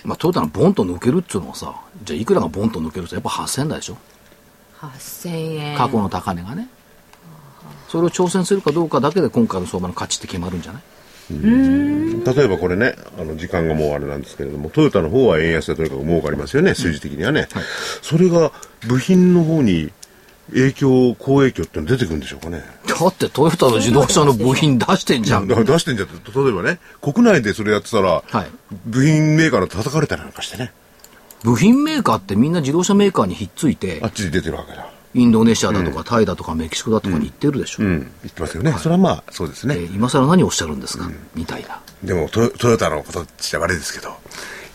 まあ、トヨタがボンと抜けるっつうのはさじゃあいくらがボンと抜けるってやっぱ8000台でしょ
8000円
過去の高値がね、それを挑戦するかどうかだけで今回の相場の価値って決まるんじゃない
例えばこれねあの時間がもうあれなんですけれどもトヨタの方は円安でとにかく儲かりますよね数字的にはね、それが部品の方に影響好影響ってのは出てくるんでしょうかね
だってトヨタの自動車の部品出してんじゃん
だから出してんじゃんって例えばね国内でそれやってたら、
はい
部品メーカーの叩かれたりなんかしてね
部品メーカーってみんな自動車メーカーにひっついて
あっちに出てるわけだ
インドネシアだとかタイだとかメキシコだとかに行ってるでしょ、
うん言ってますよね、それはまあそうですね、
えー今更何をおっしゃるんですか、みたいな
でもトヨトヨタのことっちゃ悪いですけど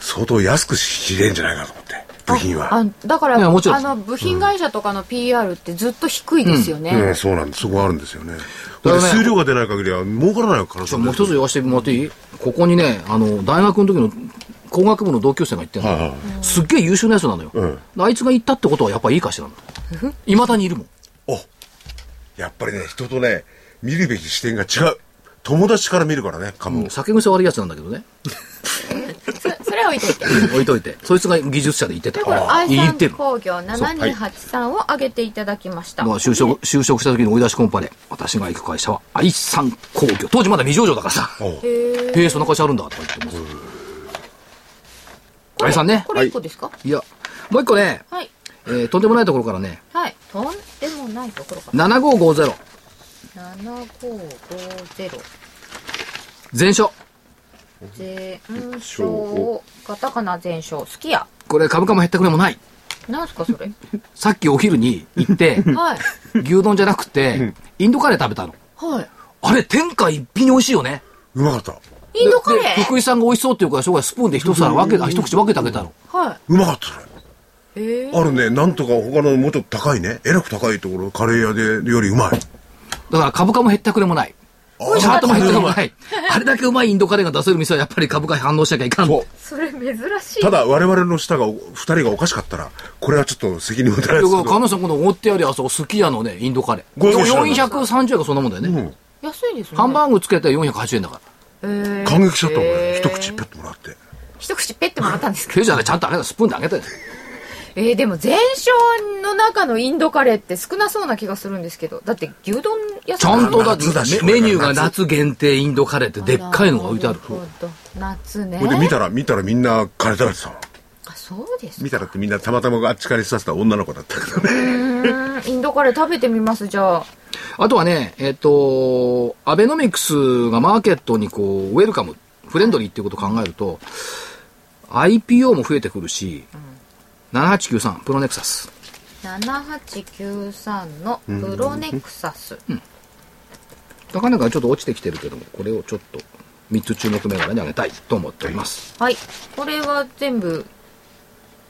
相当安く仕入れんじゃないかなと思って部品は
あだか
い
ら
やもちろん
あの部品会社とかの PR ってずっと低いですよね、
うん、そうなんです。そこはあるんですよね。
だからね
で数量が出ない限りは儲からないから
じゃあもう一つ言わせてもらっていいここにねあの大学の時の工学部の同級生が行ってんの、
はいはい
すっげえ優秀なやつなのよ、
うん
であいつが行ったってことはやっぱいいかしらいまだにいるもん
おやっぱりね、人とね、見るべき視点が違う。友達から見るからね、株を。
酒癖悪いやつなんだけどね
そそれは置いといて
置いといてそいつが技術者でいてた
でこれ愛
言って
産
る
工業
はい
7283を上げていただきました
だから就職就職した時に追い出しコンパで私が行く会社は愛産工業当時まだ未上場だからさ
お
へえそんな会社あるんだとか言ってます愛産ね
これ1個ですか
いやもう一個ね、
はい
えーとんでもないところからね
はいとんでもないところか
7550
ら7550
全書
全勝カタカナ全勝好きや
これ株価も減ったくれもない
なんすか それ
さっきお昼に行って
はい
牛丼じゃなくてインドカレー食べたの
はい
あれ天下一品美味しいよね
うまかった。
インドカレ
で
ー
福井さんが美味しそうっていうからしょうがスプーンで一皿分けた一口分けてあげたの
は
うまかったね。
いえー、
あるね、なんとか他のもうちょっと高いね、えらく高いところ、カレー屋でよりうまい。
だから株価も減ったくれもない。
あ
チャートも減ったくれもない。あれだけうまいインドカレーが出せる店はやっぱり株価に反応しなきゃいかん。
そう
よ
それ珍しい
ただ、我々の下が、二人がおかしかったら、これはちょっと責任を持てないですけ
カ
ど。
ノさん、このおごってやりあそこ、すき家のね、インドカレー。
ご用意してある
430円がそんなもんだよね。
安いですね
ハンバーグつけて480円だから。
えー
感激しちゃったもんね
え。
一
ー
口ペッともらって。
一口ペッてもらったんですけ
ケじゃね、ちゃんとあげた、スプーンであげたよ。
どえー、でも全勝の中のインドカレーって少なそうな気がするんですけどだって牛丼屋
ち
さ
ゃ
ん
んとだって
夏だし、
メメニュー
こ
が
れから
夏限定インドカレーってでっかいのが置いてある。
なほど夏ね
これで見たら、見たらみんなカレー食べてたの。
あそうです
見たらってみんなたまたまあっちからさせた女の子だったけどね。
うんインドカレー食べてみますじゃあ
あとはね、えっ、と、アベノミクスがマーケットにこう、ウェルカム、フレンドリーっていうことを考えると、IPO も増えてくるし、7893、プロネクサス。
7893のプロネクサス、
高値がちょっと落ちてきてるけども、これをちょっと3つ注目銘柄に上げたいと思っております。
はいこれは全部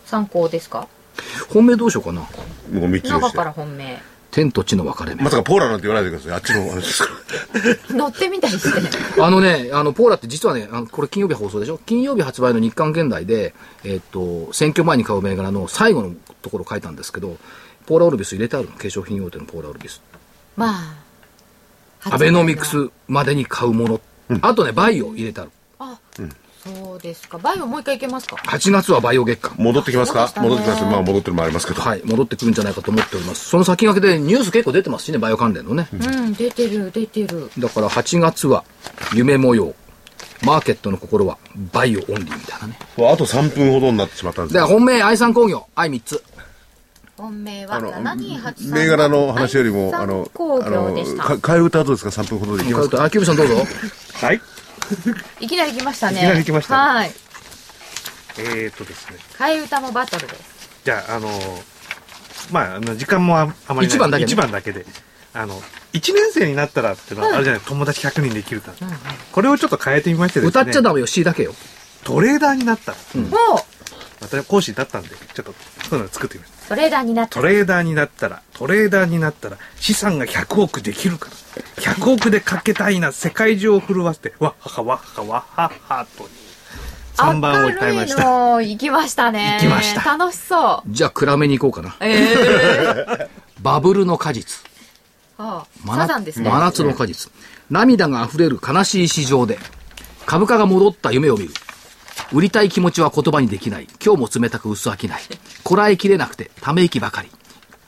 参考ですか
本命どうしようかな。
もう3つで
中
し
か
た。
ら本命
天と地の分かれ目
ま。さかポーラなんて言わないでください。あっちの話ですから。
乗ってみたり して。
あのね、あの、ポーラって実はね、あのこれ金曜日放送でしょ金曜日発売の日刊現代で、えっと、選挙前に買う銘柄の最後のところ書いたんですけど、ポーラオルビス入れてあるの。化粧品大手のポーラオルビス。
まあ。
アベノミクスまでに買うもの。あとね、バイオ入れてある。
あ、そうですか。バイオもう一回いけますか。
8月はバイオ月間。
戻ってきますか、
そうで
戻
し
っ
てたね
きます。まあ戻ってるのもありますけど。
はい、戻ってくるんじゃないかと思っております。その先駆けでニュース結構出てますしね、バイオ関連のね。
うん、出てる、出てる。
だから8月は夢模様。マーケットの心はバイオオンリーみたいなね。
これあと3分ほどになってしまったんです
では
が、
本命、愛産工業、愛3つ。
本命は
あの
728。
銘柄の話よりも、あの、
工
あ
業
の
でし、た
か。替え歌どうですか ?3 分ほど でいき
あ
ますか
キュービさんどうぞ。
はい。
いきなり来ましたね。
いきなり来ました
はい。
えー、っとですね。
替え歌もバトルです。
じゃあ、あのまあ、あの時間もああまりない。
一番だけね
一番だけで。あの、一年生になったらっていうのは、あれじゃない、友達100人できるから。これをちょっと変えてみましてですね。
歌っちゃダメよ、C だけよ。
トレーダーになった。
もう、
私は講師だったんで、ちょっと、そういうの作ってみました。
トレーダーになった
ト。レーダーになったら、トレーダーになったら、資産が100億できるから。100億でかけたいな、世界中を震わせて、わっははわっはわっはっはと。3番を歌いました。
明るいの、行きましたね。
行きました
楽しそう。
じゃあ暗めに行こうかな。
え え。
バブルの果実。
ああ、
真
サ
夏
ザンですね。
真夏の果実。涙が溢れる悲しい市場で、株価が戻った夢を見る。売りたい気持ちは言葉にできない。今日も冷たく薄飽きない。こらえきれなくてため息ばかり。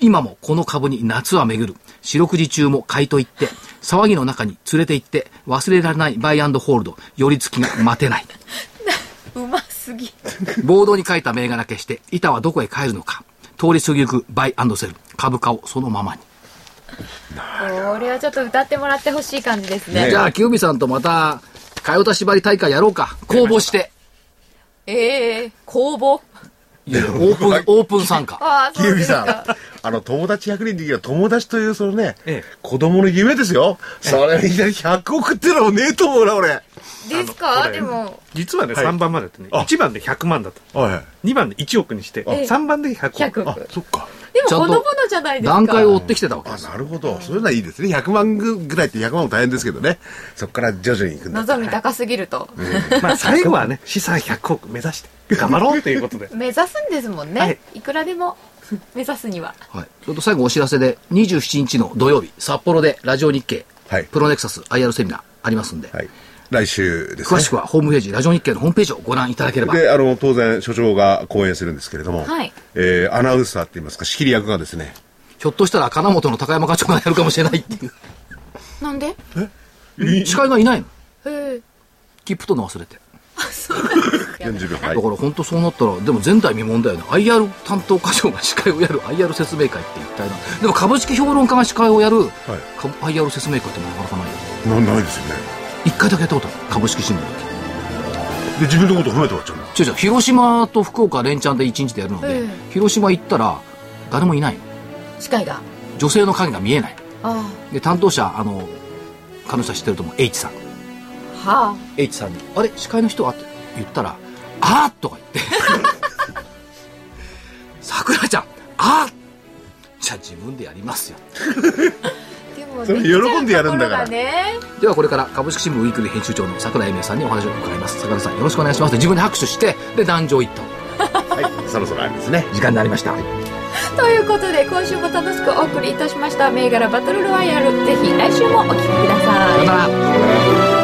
今もこの株に夏は巡る。四六時中も買いと言って、騒ぎの中に連れて行って、忘れられないバイアンドホールド、寄り付きが待てない。
うますぎ。
ボードに書いた銘柄消して、板はどこへ帰るのか。通り過ぎゆくバイアンドセル。株価をそのままに。
これはちょっと歌ってもらってほしい感じですね。
じゃあ、清美さんとまた、替え歌縛り大会やろうか。公募して。
ええ、公募。
いやオープン、オープン参加。
ああ、
キ
そう
ユ
で
ビ
すか
さ。ん、あの、友達100人できる友達という、そのね、
ええ
子供の夢ですよ。それにいきなり100億ってのもねえと思うな、俺。は
です
あのこ
か
れ
でも、
実はね、
はい
3番までってね、
あ
1番で100万だった。
い。
2番で1億にして、
ええ
3番で100億。
100
あ
億、。
そっか。
でも、
ちゃん
ほ
と
のぼのじゃないですか。
段階を追ってきてたわけ
あ、
です。
なるほど。そういうのはいいですね。100万ぐらいって100万も大変ですけどね。そこから徐々に行くんだ。
望み高すぎると。。
まあ最後はね、資産100億目指して、頑張ろうということで
目指すんですもんね、
はいい、
くらでも目指すには
はい。それと最後お知らせで、27日の土曜日、札幌でラジオ日経、
はい
プロネクサス IR セミナーありますんで、
はい。来週です
詳
ね。
しくはホームページ、ラジオ日経のホームページをご覧いただければ。
で、あの、当然、所長が講演するんですけれども、
はい
えーアナウンサーって言いますか、仕切り役がですね、
ひょっとしたら、金本の高山課長がやるかもしれない ってい
なんでへ
う。司会がいないの。
え
切符取るの忘れて。
40秒。は
だ
い
か。ら本当そうなったら、でも前代未聞だよね。IR 担当課長が司会をやる IR 説明会って一体な。でも株式評論家が司会をやる、か IR 説明会ってなかなかないよね。
なないですよね。
一回だけやったことある。株式新聞の時。
で、自分のこと褒めて終わっちゃうんだ。
違う違う広島と福岡連チャンで1日でやるので、
ええ
広島行ったら誰もいないの
司会が
女性の影が見えない
あ
で担当者あの彼女は知ってると思う H さん
あはあ
H さんに「あれ司会の人は?」って言ったら「あー」とか 言って「さくらちゃんあー」じゃあ自分でやりますよ
でも
それ
できちゃう
喜んでやるんだから
ところがね
ではこれから株式新聞ウィークリー編集長の桜井明さんにお話を伺います桜井さんよろしくお願いしますで自分で拍手してで壇上行った
はい。そろそろあれですね。
時間になりました
ということで今週も楽しくお送りいたしました銘柄バトルロワイヤルぜひ来週もお聴きくださ
さよ
い
なら
さよなら